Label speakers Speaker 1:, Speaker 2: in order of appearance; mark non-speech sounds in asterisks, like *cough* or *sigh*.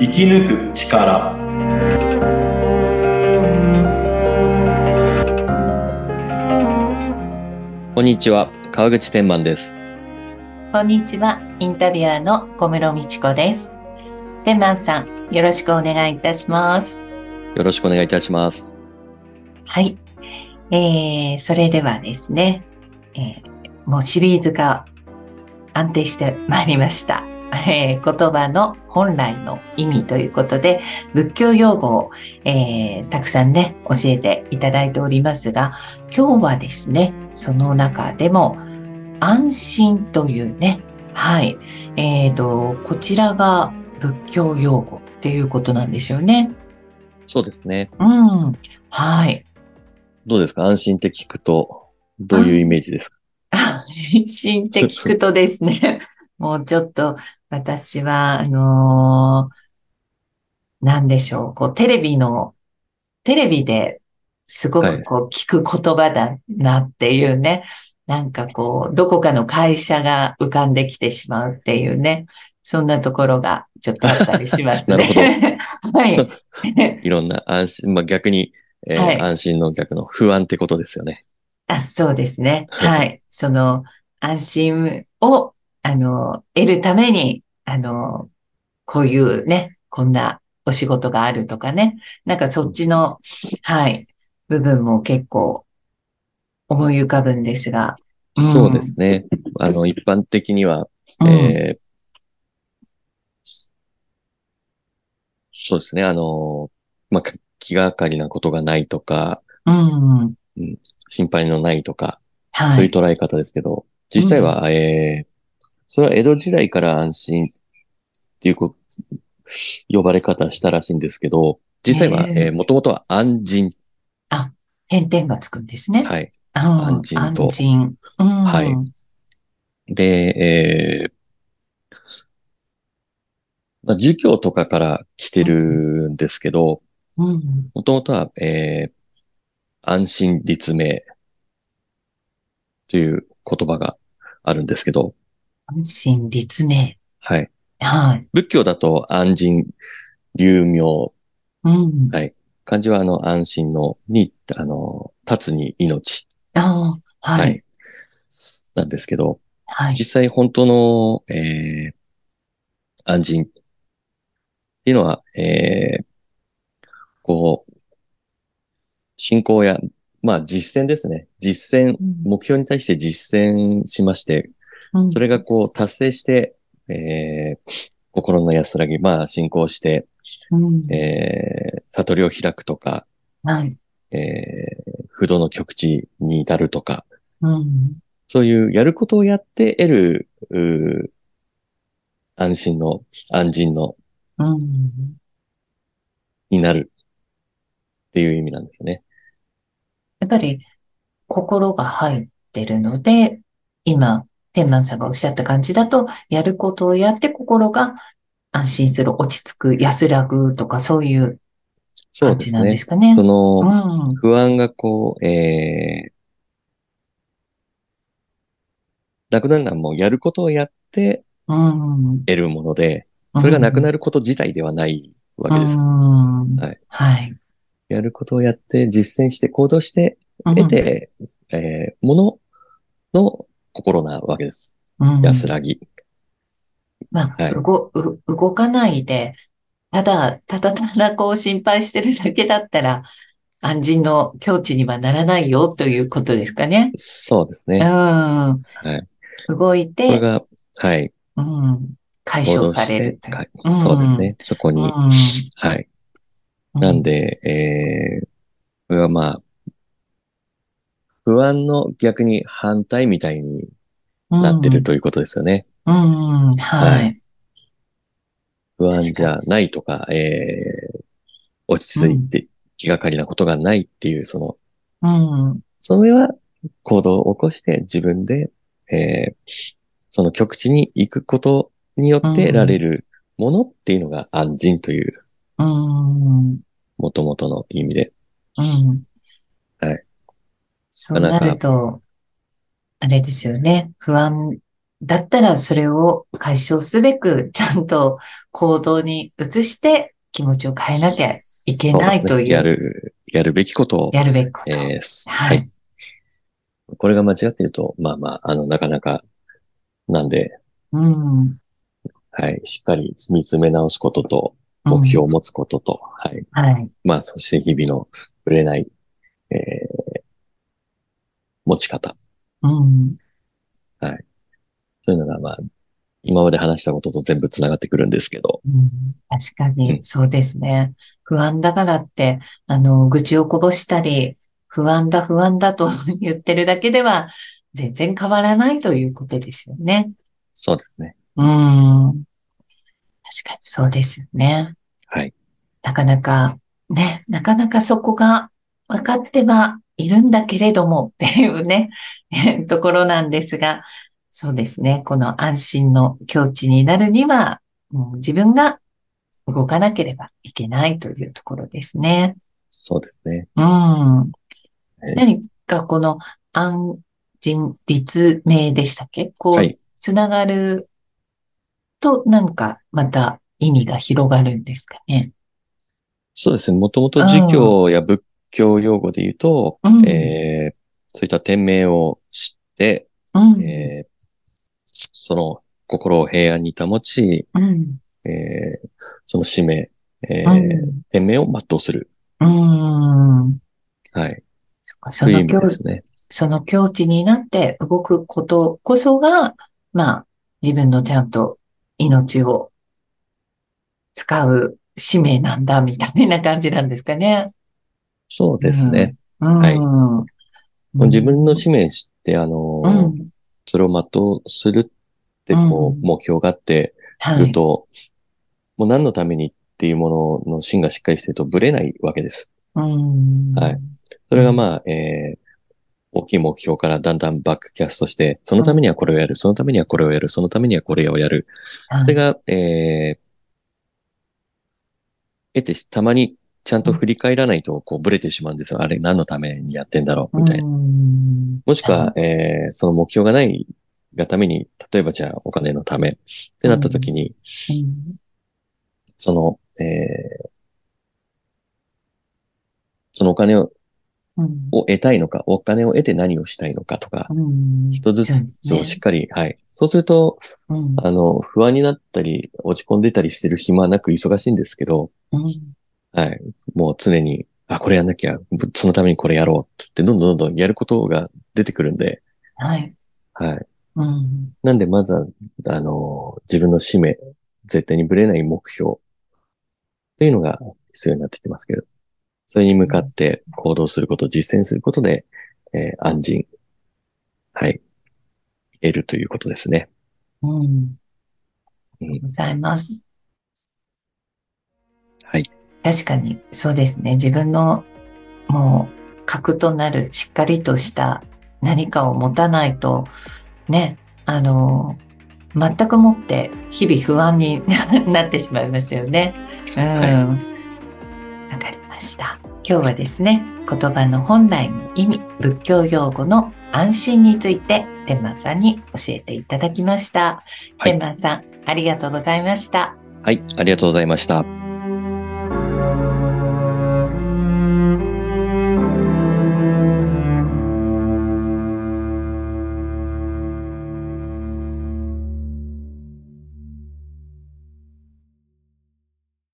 Speaker 1: 生き抜く力
Speaker 2: こんにちは、川口天満です。
Speaker 3: こんにちは。インタビュアーの小室美智子です。天満さん、よろしくお願いいたします。
Speaker 2: よろしくお願いいたします。
Speaker 3: はい。えー、それではですね、えーもうシリーズが安定してまいりました。 *laughs* えー言葉の本来の意味ということで、仏教用語を、えーたくさんね、教えていただいておりますが、今日はですね、その中でも、安心というね、はい、えーと、こちらが仏教用語っていうことなんですよね。
Speaker 2: そうですね。
Speaker 3: うん、はい。
Speaker 2: どうですか安心って聞くと、どういうイメージですか
Speaker 3: 安心って聞くとですね、 *laughs* もうちょっと私は、あのーなんでしょう、こう、テレビの、テレビですご
Speaker 2: はい
Speaker 3: くこう、聞く言葉だなっていうね、なんかこう、どこかの会社が浮かんできてしまうっていうね、そんなところがちょっとあったり
Speaker 2: *laughs*
Speaker 3: しますね。 *laughs* はい。
Speaker 2: いろんな安心、まあ逆に、えー
Speaker 3: はい
Speaker 2: 安心の逆の不安ってことですよね。
Speaker 3: あ、そうですね。はい。その、安心を、あの、得るために、あの、こういうね、こんなお仕事があるとかね。なんかそっちの、はい、部分も結構思い浮かぶんですが。うん
Speaker 2: そうですね。あの、一般的には、
Speaker 3: うん
Speaker 2: えーそうですね。あの、まあ、か気がかりなことがないとか、
Speaker 3: うん。
Speaker 2: 心配のないとか、
Speaker 3: は
Speaker 2: そういう
Speaker 3: い。
Speaker 2: 捉え方ですけど、実際は、えーそれは江戸時代から安心っていうこ呼ばれ方したらしいんですけど、実際は、
Speaker 3: へー
Speaker 2: えー、もともとは安心、
Speaker 3: 点々がつくんですね。
Speaker 2: はい。
Speaker 3: うん
Speaker 2: 安心と
Speaker 3: 安心。うん。
Speaker 2: はいで、えーまあ、儒教とかから来てるんですけど、
Speaker 3: うん。
Speaker 2: もともとは、えー安心立命という言葉があるんですけど、
Speaker 3: 安心立命。
Speaker 2: はい。
Speaker 3: はい。
Speaker 2: 仏教だと安心、流明
Speaker 3: うん。
Speaker 2: はい漢字はあの安心のに、あの、立つに命。
Speaker 3: ああ、はい。はい。。
Speaker 2: なんですけど、
Speaker 3: はい。
Speaker 2: 実際本当の、えー、安心っていうのは、えー、こう、信仰や、まあ実践ですね。実践、目標に対して実践しまして、
Speaker 3: うん
Speaker 2: それがこう達成して、えー、心の安らぎ、まあ信仰して、
Speaker 3: うん
Speaker 2: えー、悟りを開くとか、
Speaker 3: はい。
Speaker 2: えー不動の極地に至るとか、
Speaker 3: うん。
Speaker 2: そういうやることをやって得る、うー安心の、安心の、
Speaker 3: うん。
Speaker 2: になるっていう意味なんですね。
Speaker 3: やっぱり心が入ってるので、今、天満さんがおっしゃった感じだと、やることをやって心が安心する、落ち着く、安らぐとか、そういう
Speaker 2: そう
Speaker 3: 感
Speaker 2: で
Speaker 3: じ
Speaker 2: す
Speaker 3: なんで
Speaker 2: ね。
Speaker 3: すかね。
Speaker 2: そうの、
Speaker 3: ん。
Speaker 2: 不安がこう、えー、なくなるのはもうやることをやって
Speaker 3: うん。
Speaker 2: 得るもので、それがなくなること自体ではないわけです。
Speaker 3: うん。
Speaker 2: はい
Speaker 3: はい。
Speaker 2: やることをやって実践して行動して得て、えーものの心なわけです。
Speaker 3: うん、うん
Speaker 2: 安らぎ。
Speaker 3: ま
Speaker 2: は
Speaker 3: あ、
Speaker 2: いう
Speaker 3: ごう動かないで、ただ、ただただこう心配してるだけだったら、安心の境地にはならないよということですかね。
Speaker 2: そうです
Speaker 3: うん。
Speaker 2: ね。
Speaker 3: 動い
Speaker 2: これ
Speaker 3: て、
Speaker 2: が、はい、
Speaker 3: うん、解
Speaker 2: 行
Speaker 3: 消
Speaker 2: 動
Speaker 3: さ
Speaker 2: し
Speaker 3: れる
Speaker 2: て
Speaker 3: という。、
Speaker 2: はいそうですね。そこ
Speaker 3: う
Speaker 2: に、
Speaker 3: ん
Speaker 2: はい。
Speaker 3: う
Speaker 2: なんで、えー、これはまあ、不安の逆に反対みたいになってるということですよね。
Speaker 3: うん、うんは。
Speaker 2: はい不安じゃないとか、えー、落ち着いて気がかりなことがないっていう、その、
Speaker 3: うん、
Speaker 2: それは行動を起こして自分で、えーその局地に行くことによって得られるものっていうのが安心という
Speaker 3: うん、
Speaker 2: 元々の意味で。
Speaker 3: うん。
Speaker 2: はい。
Speaker 3: そうなると、あれですよね。不安だったらそれを解消すべく、ちゃんと行動に移して気持ちを変えなきゃいけないという。
Speaker 2: やる、やるべきことを。
Speaker 3: やるべきこと。
Speaker 2: えーす
Speaker 3: は
Speaker 2: はいい。これが間違ってると、まあまあ、あの、なかなか、なんで、
Speaker 3: うん。
Speaker 2: はい、しっかり見つめ直すことと、目標を持つことと、はい。
Speaker 3: うん。はい。
Speaker 2: まあ、そして日々のぶれない、えー持ち方。
Speaker 3: うん。
Speaker 2: そういうのが、まあ、今まで話したことと全部繋がってくるんですけど、
Speaker 3: うん確か
Speaker 2: う
Speaker 3: に、
Speaker 2: ん
Speaker 3: そうですね。不安だからって、あの、愚痴をこぼしたり、不安だ、不安だと言ってるだけでは、全然変わらないということですよね。
Speaker 2: そうですね。
Speaker 3: うん。確かにそうですよね。
Speaker 2: はい。
Speaker 3: なかなか、ね、なかなかそこが分かってはいるんだけれどもっていうね、 *laughs* ところなんですが、そうですね、この安心の境地になるには、もう自分が動かなければいけないというところですね。
Speaker 2: そうですね。
Speaker 3: うん。
Speaker 2: え
Speaker 3: 何かこの安心立命でしたっけこう、
Speaker 2: はい。
Speaker 3: つながると、なんかまた意味が広がるんですかね。
Speaker 2: そうですね。もともと儒教や仏教用語で言うと、
Speaker 3: うん
Speaker 2: えーそういった天命を知って、
Speaker 3: うん。
Speaker 2: えーその心を平安に保ち、
Speaker 3: うん。
Speaker 2: えーその使命、え
Speaker 3: う
Speaker 2: ー
Speaker 3: ん
Speaker 2: 天命を全うする。
Speaker 3: うーん。
Speaker 2: はい。
Speaker 3: そ
Speaker 2: という意
Speaker 3: の
Speaker 2: 味
Speaker 3: 境
Speaker 2: ですね。
Speaker 3: その境地になって動くことこそが、まあ、自分のちゃんと命を使う使命なんだ、みたいな感じなんですかね。
Speaker 2: そうですね。
Speaker 3: うん。
Speaker 2: はい
Speaker 3: うん
Speaker 2: もう自分の使命知って、あの
Speaker 3: う
Speaker 2: ー、
Speaker 3: ん。
Speaker 2: それを全うするって、こ
Speaker 3: うん
Speaker 2: う、目標があって
Speaker 3: は
Speaker 2: る
Speaker 3: い。
Speaker 2: と、もう何のためにっていうものの芯がしっかりしてるとブレないわけです。
Speaker 3: うん。
Speaker 2: はい。それがまあ、えー大きい目標からだんだんバックキャストして、そのためにはこれをやる、そのためにはこれをやる、そのためにはこれをやる、
Speaker 3: はい
Speaker 2: それが、えー、得て、たまにちゃんと振り返らないと、こう、ブレてしまうんですよ。あれ、何のためにやってんだろうみたいな。
Speaker 3: うん
Speaker 2: もしくは、えー、その目標がないがために、例えばじゃあ、お金のためってなった時に、
Speaker 3: うん
Speaker 2: その、えー、そのお金を
Speaker 3: うん
Speaker 2: を得たいのか、お金を得て何をしたいのかとか、
Speaker 3: うん
Speaker 2: 一つ
Speaker 3: そう
Speaker 2: ず
Speaker 3: です
Speaker 2: つ
Speaker 3: ね
Speaker 2: をしっかり、はい。そうすると、
Speaker 3: うん
Speaker 2: あの、不安になったり、落ち込んでたりしてる暇なく忙しいんですけど、
Speaker 3: うん
Speaker 2: はい。もう常に、あ、これやんなきゃ、ぶそのためにこれやろうって、どんどんどんどんやることが出てくるんで、
Speaker 3: はい。
Speaker 2: はい。
Speaker 3: うん
Speaker 2: なんで、まずは、あのー、自分の使命、絶対にぶれない目標、というのが必要になってきますけど、それに向かって行動すること、実践することで、えー安心、はい、得るということですね。
Speaker 3: うん。あ
Speaker 2: う
Speaker 3: りがと
Speaker 2: ん
Speaker 3: うございます。
Speaker 2: はい。
Speaker 3: 確かに、そうですね。自分の、もう、核となる、しっかりとした何かを持たないと、ね、あの、全くもって、日々不安になってしまいますよね。うん。わ、
Speaker 2: は
Speaker 3: かりました。今日はですね、言葉の本来の意味、仏教用語の安心について、天満さんに教えていただきました。
Speaker 2: はい
Speaker 3: 天満さん、ありがとうございました。
Speaker 2: はい、ありがとうございました。